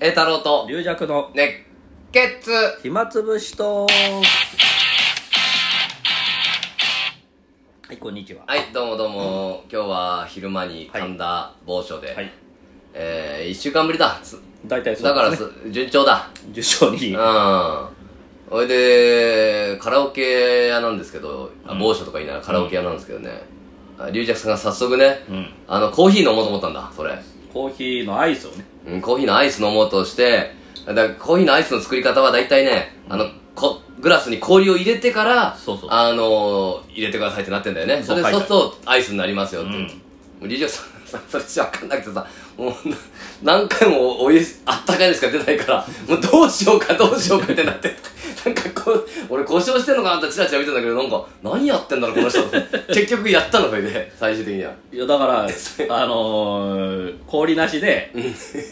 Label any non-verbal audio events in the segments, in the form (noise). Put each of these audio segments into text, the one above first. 栄太郎と龍弱の熱血暇つぶしとはいこんにちははいどうもどうも、今日は昼間に神田某所で、はいえー、1週間ぶりだす大体そうだからですすね順調だ受賞にうんそれでカラオケ屋なんですけど、あ某所とか言いながらカラオケ屋なんですけどね、あ龍尺さんが早速ね、うんあのコーヒー飲もうと思ったんだそれコーヒーのアイスをねうん、コーヒーのアイス飲もうとして、だからコーヒーのアイスの作り方は大体ね、あの、こグラスに氷を入れてから、そうそうあのー入れてくださいってなってんだよね。そそうれで、書そいうてあするるとアイスになりますよって。うんもう理事長さん、そ (laughs) れじゃわかんなくてさ、もう、何回もお湯、あったかいのしか出ないから、もうどうしようかどうしようかってなって、 (laughs) なんかこう、俺故障してんのかなってチラチラ見てんだけど、なんか、何やってんだろう、この (laughs) 人。結局やったの、それで、最終的には。いやだからあのー、氷なしで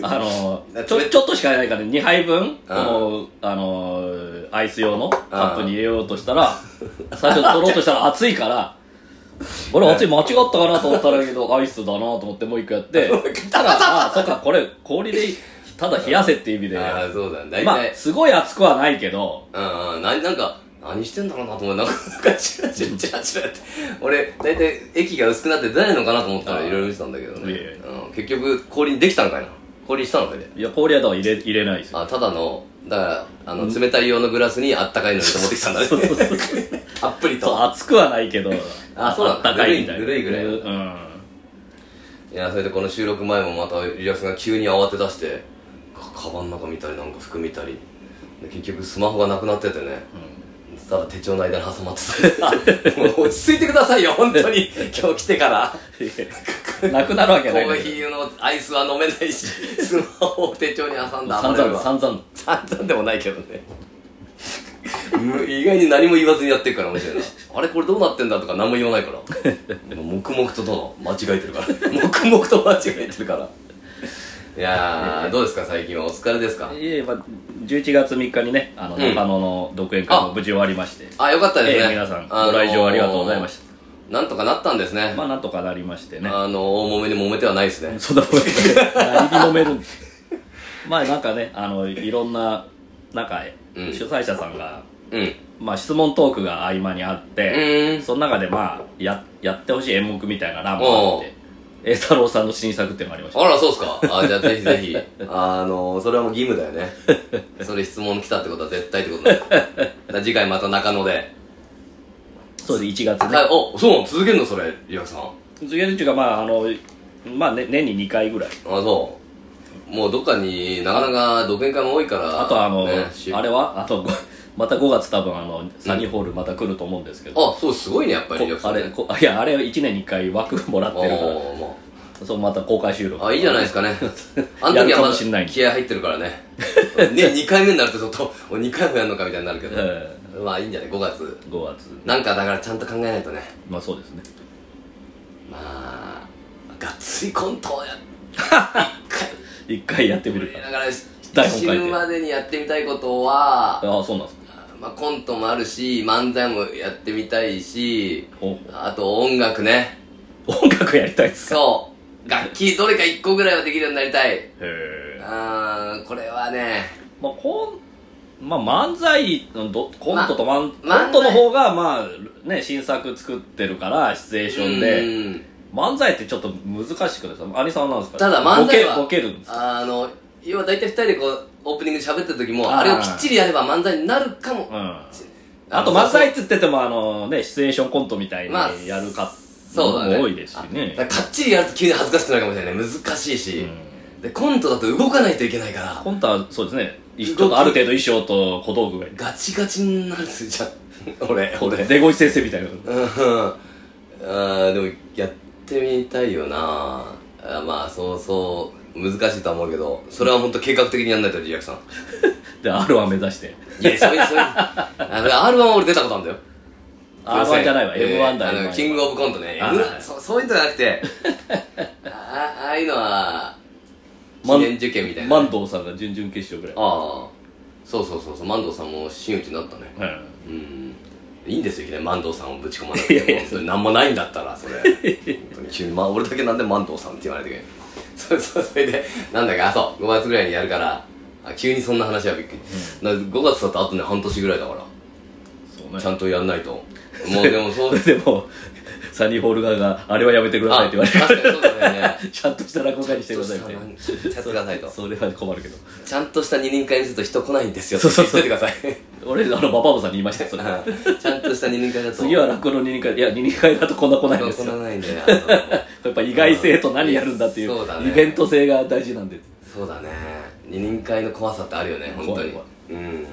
あの (laughs) ー、ちょちょっとしかないから2杯分このあのー、アイス用のカップに入れようとし (laughs) たら最初取ろうとしたら熱いから俺熱い間違ったかなと思ったんだけどアイスだなと思ってもう一個 (laughs) やってただあそっかこれ氷でただ冷やせっていう意味でああ、そうだね。大体、まあすごい熱くはないけどうんうん、ななんか、何してんだろうなと思って、なんか、なんかチラチラチラチラって。俺、大体、液が薄くなって出ないのかなと思ったあら、ーいろいろ見てたんだけどね。いやいやいやうん、結局、氷にできたのかいな。氷したのかいね。いや氷はだから入れ入れないですよあ、ただの、だから、あの、冷たい用のグラスにあったかいのにと思ってきたんだね。そうそうそうたっぷりそうと。熱くはないけどあそうなあんっだたかいみたいなぬるいぐらいうんいや、それでこの収録前もまた、リラクスが急に慌て出して、か、カバンの中見たり、なんか服見たり。で結局、スマホがなくなっててね。ただ手帳の間に挟まってた。もう落ち着いてくださいよ、本当に。今日来てから。 (laughs) うんなくなるわけコないんだーけヒどーのアイスは飲めない (laughs) し、スマホを手帳に挟んだ散暴れる々わ散々散々でもないけどね。む意外に何も言わずにやってるから面白いな。あれこれどうなってんだとか何も言わないから。黙々とどうの間違えてるから。 (laughs) 黙々と間違えてるから。いやー、どうですか最近はお疲れですかいえまあ11月3日にねあのうん中野の独演会あも無事終わりましてあ、よかったですね。ええ皆さんあのーご来場ありがとうございまし。なんとかなったんですね。まあなんとかなりましてねあの、大揉めに揉めてはないですね。そんなことない何に (laughs) 揉めるんまあなんかねあのいろんななんかうん主催者さんがうん。うまあ質問トークが合間にあって、ーん。その中でまあややってほしい演目みたいな欄もあって栄太郎さんの新作っていうのがありましたあら、そうっすか。あ、じゃあぜひぜひ。あの、それはもう義務だよね。 (laughs) それ質問来たってことは絶対ってことだよ。だから次回また中野で。そうです1月ねあ、お、そうなの続けるのそれ、リアクさん。あ、次元っていうかまああのまあ、ね、年に2回ぐらいそう。もうどっかになかなか独演会も多いから。あとあの、ねしあれはあとごまた5月多分あのサニーホールまた来ると思うんですけど、あ、そう、すごいね、やっぱりリアクさこあんね、れこいやあれ1年に1回枠もらっあてるからーまそうまた公開収録ああ、いいじゃないですか (laughs) ね。あのや時るはかまもしんなだい気合入ってるから (laughs) ね。ね、2回目になるとちょっと、お2回もやるのかみたいになるけど。えまあいいんじゃない ?5 月。ー5月なんかだからちゃんと考えないとね。まあそうですねまあ、がっつりコントをやっ1回やってみるてからだから台本死書いてぬまでにやってみたいことは、ああそうなんですかまあ、コントもあるし漫才もやってみたいしおあと音楽ね音楽やりたいですかそう楽器どれか1個ぐらいはできるようになりたいへえあーこれはねまあこんまあ、漫才のどコントとマン、まコントの方がまあね新作作ってるからシチュエーションで、うん漫才ってちょっと難しくてさ兄さんなんですかただ漫才はボケボケるんですあの要は大体2人でこうオープニングで喋った時もあーあれをきっちりやれば漫才になるかもうんああとま漫才って言っててもあのねシチュエーションコントみたいまあにやるかそうだねも多いですしね、だからかっちりやると急に恥ずかしくなるかもしれないね難しいし、でコントだと動かないといけないからコントはそうですねいちょっとある程度衣装と小道具がいるガチガチになるじゃん (laughs) 俺俺出越先生みたいなうんあーでもやってみたいよなあーまあそうそう難しいとは思うけどそれは本当計画的にやんないとリアクさんで R は目指していやそういうそういう (laughs) あれ R−1 俺出たことあるんだよ R1 予選じゃないわ M1 だえーあの M1 キングオブコントねあ M- はいそそういうのじゃなく (laughs) てああああいうのは記マン念受験みたいな万あ藤さんが準々決勝ぐらいあそうそうそうそう万藤さんも真打ちになったねうんいいんですよ、いきなり万藤さんをぶち込まなくていやいもやうそれなんもないんだったら、それ。本当に急に、まあ、俺だけなんで万藤さんって言われてくれ。そうそう、それで、なんだか、あ、そう、5月ぐらいにやるから、あ急にそんな話はびっくり、な5月だとあとね半年ぐらいだからそうねちゃんとやん (laughs) ないともうでもそうでも (laughs) サニーホール側があれはやめてくださいって言われあ確かにそうだよねるちゃんとした落語家にしてくださいみたいなちょっとしたやってくださいとそれは困るけどちゃんとした二人会にすると人来ないんですよそうそうそうって言っといてください俺あのババアボさんに言いましたよそれはいちゃんとした二人会だと次は落語の二人会いや二人会だとこんな来ないんです人よが来ないんでやっぱ意外性と何やるんだっていうそうだねイベント性が大事なんでそうだね二人会の怖さってあるよね本当に怖ういん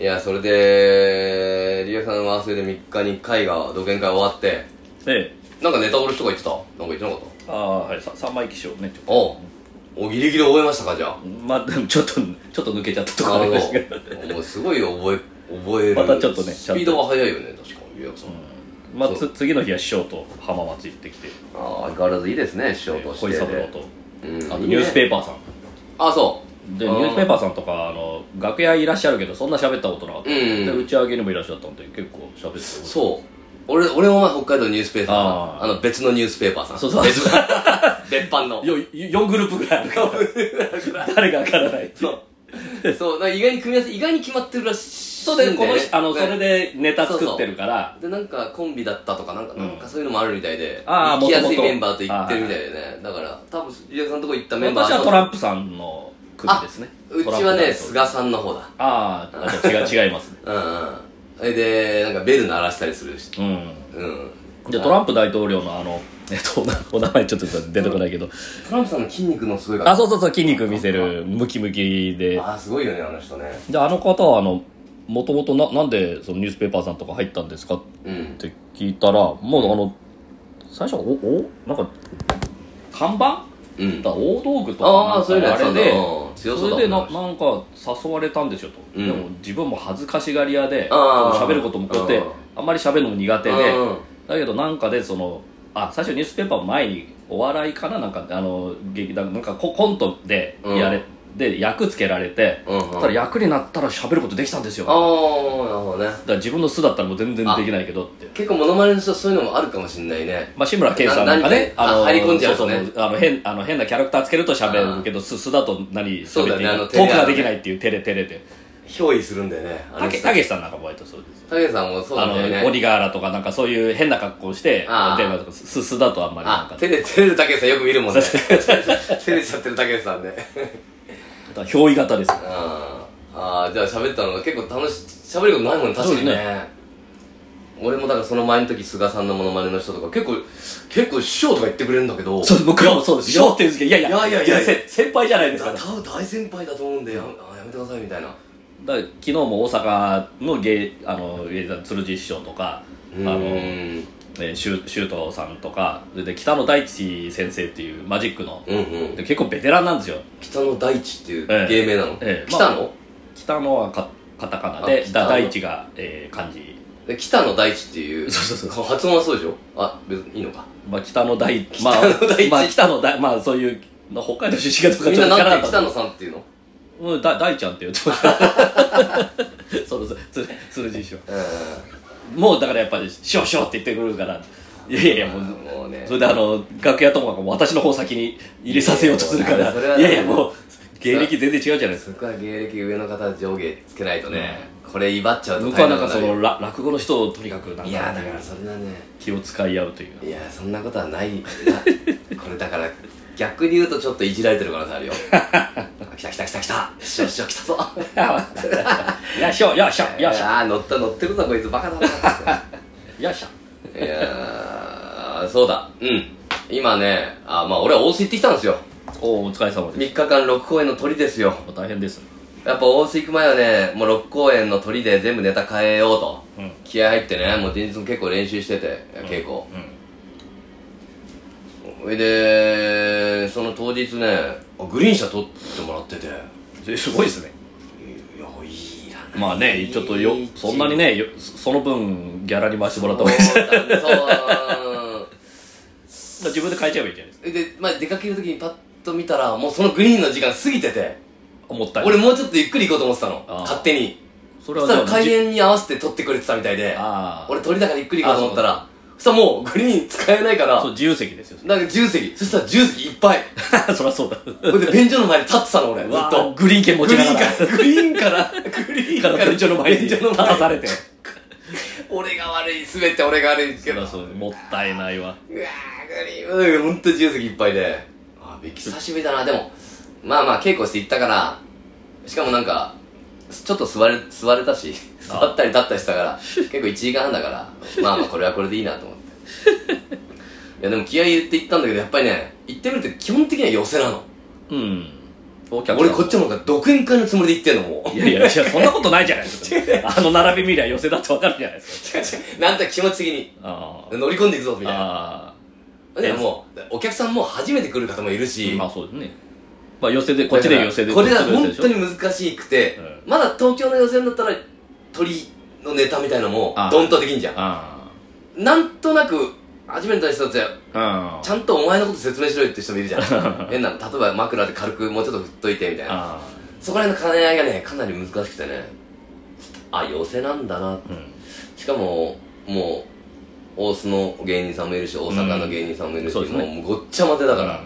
いやそれでリアさんはそれで3日に会が独演会終わってええなんかネタおる人が言ってたなんか言ってなかったああはいさ三枚起床ねちょっとおうおギリギリ覚えましたかじゃあまあでもちょっとちょっと抜けちゃったとこありましたけどどもうすごい覚え覚えるまたちょっとねスピードが速いよね確かにリアさん、まあそつ次の日は師匠と浜松行ってきてああ相変わらずいいですね師匠として小井三郎とうんあとニュースペーパーさんあそうでニュースペーパパーさんとかあの楽屋いらっしゃるけどそんな喋ったことなかった、うんで打ち上げにもいらっしゃったんで結構喋ってーたそう俺俺も北海道ニュースペーパーああーの別のニュースペーパーさん (laughs) そうそう別別版のよ4グループぐらいあるから誰が分からないそうそうなんか意外に組み合わせ意外に決まってるらしいそうでこのあの、ねそれでネタ作ってるからでなんかコンビだったとかなんか,、んなんかそういうのもあるみたいであー行きやす元い々メンバーと行ってるみたいでねだから多分リアさんのとこ行ったメンバー私はトランプさんの組ですねうトランちプはさんねと菅さんの方だあああと違う違いますねうんうんそれでなんかベル鳴らしたりするしうんうんじゃあトランプ大統領のあのえっとお名前ちょっと出てこないけどトランプさんの筋肉のすごいあそうそうそう筋肉見せるムキムキであーすごいよねあの人ねじゃああの方はあのもともとななんでそのニュースペーパーさんとか入ったんですかっうんて聞いたらもうあの最初はおおなんか看板うんだ大道具とかあなあんかそういうのやあつなれんだでうん強そそうだれもんでねななんか誘われたんでしょと、うんでも自分も恥ずかしがり屋であー喋ることもこうやってうんあんまり喋るのも苦手でうんだけどなんかでそのあ最初ニュースペーパー前にお笑いかななんかあの劇団なんかココントでやれ、で役つけられて、うんうんそしたら役になったら喋ることできたんですよああだかなるほどねら自分の素だったらもう全然できないけどって結構モノマネの人そういうのもあるかもしんないねまあ、志村けんさんなんかね、な何あ入り込んじゃうとねそそあの変あの変なキャラクターつけると喋るけど、すすだと何そう喋だっていいねあのトークができないっていう、テレテレで。憑依するんだよねあたのけ人たけしさんなんかも割とそうですよ。たけさんもそうあなんだよの、ね鬼瓦とかなんかそういう変な格好をして、電あー話とか、すすだとあんまりなんあか、照れ照れるたけさんよく見るもんね (laughs) 照れちゃってるたけさんねあとは憑依型です。あーあーじゃあ喋ったのが結構楽し喋ることないもんね確かにそうねです俺もだからその前の時菅さんのモノマネの人とか結構結構師匠とか言ってくれるんだけどそう、僕らもそうです。いや笑点ですけど、いやいや、いやいやいやせ先輩じゃないですかだら。だ多分大先輩だと思うんでやあやめてくださいみたいなから昨日も大阪の芸、あの、芸団鶴獅師匠とか、あうの、ーんえー、周周東さんとか、それで北野大地先生っていうマジックの、うんうんで結構ベテランなんですよ。北の大地っていうえ芸え名なの、ええ北まあの、北野はカカタカナであ、北だ野大地が、えー漢字。で北の大地っていうそうそうそう発音はそうでしょあ別にいいのかまあ、北の大、まあ、北の大地まあ、北の大、まあ、そういう、まあ、北海道出身がとかみちんょっなとなんてった北野さんっていうのうん、だ大ちゃんって言うと思った。 (laughs) その、つ、つ、鶴獅子は。うもう、だからやっぱり、しょうしょうって言ってくるから、いやいやいや、もんう、もうねそれであの、楽屋とかも私の方先に入れさせようとするから、いやいやそれはねいやいや、もう、芸歴全然違うじゃないですか。そこは芸歴上の方は上下つけないとね、これ威張っちゃうと向こうはなんかことそにるの、ら落語の人をとにかく、なんいやだか、からそんなね気を使い合う (laughs) という。いやそんなことはないな (laughs) これだから逆に言うとちょっといじられてる可能性あるよ (laughs) あ来た来た来た来た師匠師匠来たぞよいしょ、よいしょ、 (laughs) よいしょ、あー乗った乗ってるぞこいつバカだな (laughs) よいしょ。いやーそうだうん今ねあまあ俺は大須行ってきたんですよおお疲れ様で3す。日間6公演の鳥ですよもう大変ですね。やっぱ大須行く前はねもう6公演の鳥で全部ネタ変えようと、うん気合入ってねもう前日も結構練習してて稽古うそれでその当日ねあグリーン車撮ってもらってていやん。すごいですね。いらないまあね、ちょっとよ、そんなにね、よその分、ギャラに回してもらった方がいいそうだね自分で変えちゃえばいいじゃないですそう (laughs) で、まあ、出かける時にパッと見たらもうそのグリーンの時間過ぎててか。もったいない。俺もうちょっとゆっくり行こうと思ってたのあー勝手にそれそはしたらじゃあ開演に合わせて撮ってくれてたみたいであー俺撮りだからゆっくり行こうと思ったらそしたらもうグリーン使えないからそう、自由席で (laughs) すよ。なんか重席そしたら重席いっぱいそりゃそうだ。それで便所の前に立ってたの俺ずっわとーグリーン券持グちリなーンが。かららグリーンからグリーンから便所の前に (laughs) 便立所のたさ前れにて。 (laughs) 俺が悪い全て俺が悪いんですけそどうりゃわそうだもったいないわ。ーグリーンうん本当重席いっぱいであー久しぶりだなでもまあまあ稽古して行ったからしかもなんかちょっと座れ座れたしあ座ったり立ったりしたから結構1時間半だからまあまあこれはこれでいいなと思っていやでも気合い入れて行ったんだけどやっぱりね行ってみると基本的には寄せなのうん。お客さん俺こっちもなんか独演会のつもりで行ってんのもういやいや、いやそんなことないじゃないですか。あの並び見りゃ寄せだってわかるじゃないですか。 (laughs) 違う違うなんとか気持ち的にあ乗り込んでいくぞみあ。たいなあでもうお客さんも初めて来る方もいるし、あ。まあそうですね。まあ寄せで、こっちで寄せで。これがこっちで寄本当せでしょに難しくて、うまだ東京の予選だったら鳥のネタみたいなのもああドンとできんじゃんあなんとなく初めての人たちはあ。ちゃんとお前のこと説明しろよって人もい (laughs) るじゃん変なの例えば枕で軽くもうちょっと振っといてみたいなああ。そこら辺の兼ね合いがねかなり難しくてねあ寄せなんだなうん。しかももう大須の芸人さんもいるし大阪の芸人さんもいるし、そうですねもうごっちゃ混ぜだだから、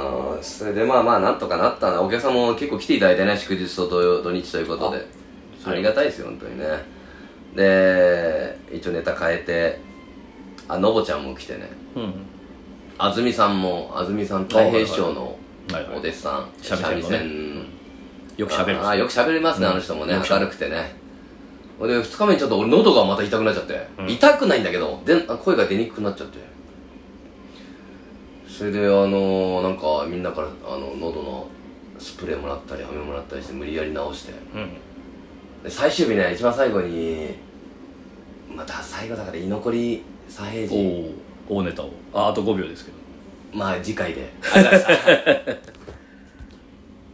あーそれでまあまあなんとかなったなお客さんも結構来ていただいてね祝日と土曜土日ということであありがたいですよ本当にねで一応ネタ変えてあのぼちゃんも来てねうん。安住さんも安住さん太平師匠のはいはいお弟子さん三味線のね線よく喋るんですあーよく喋りますね、あの人もねよく喋明るるくてねで2日目にちょっと俺喉がまた痛くなっちゃって、うん痛くないんだけどであ声が出にくくなっちゃってそれであのー、なんかみんなからあの喉のスプレーもらったりハメもらったりして無理やり直してうん。で最終日ね一番最後にまた最後だから居残り左平次おお大ネタをああと5秒ですけどまあ次回であ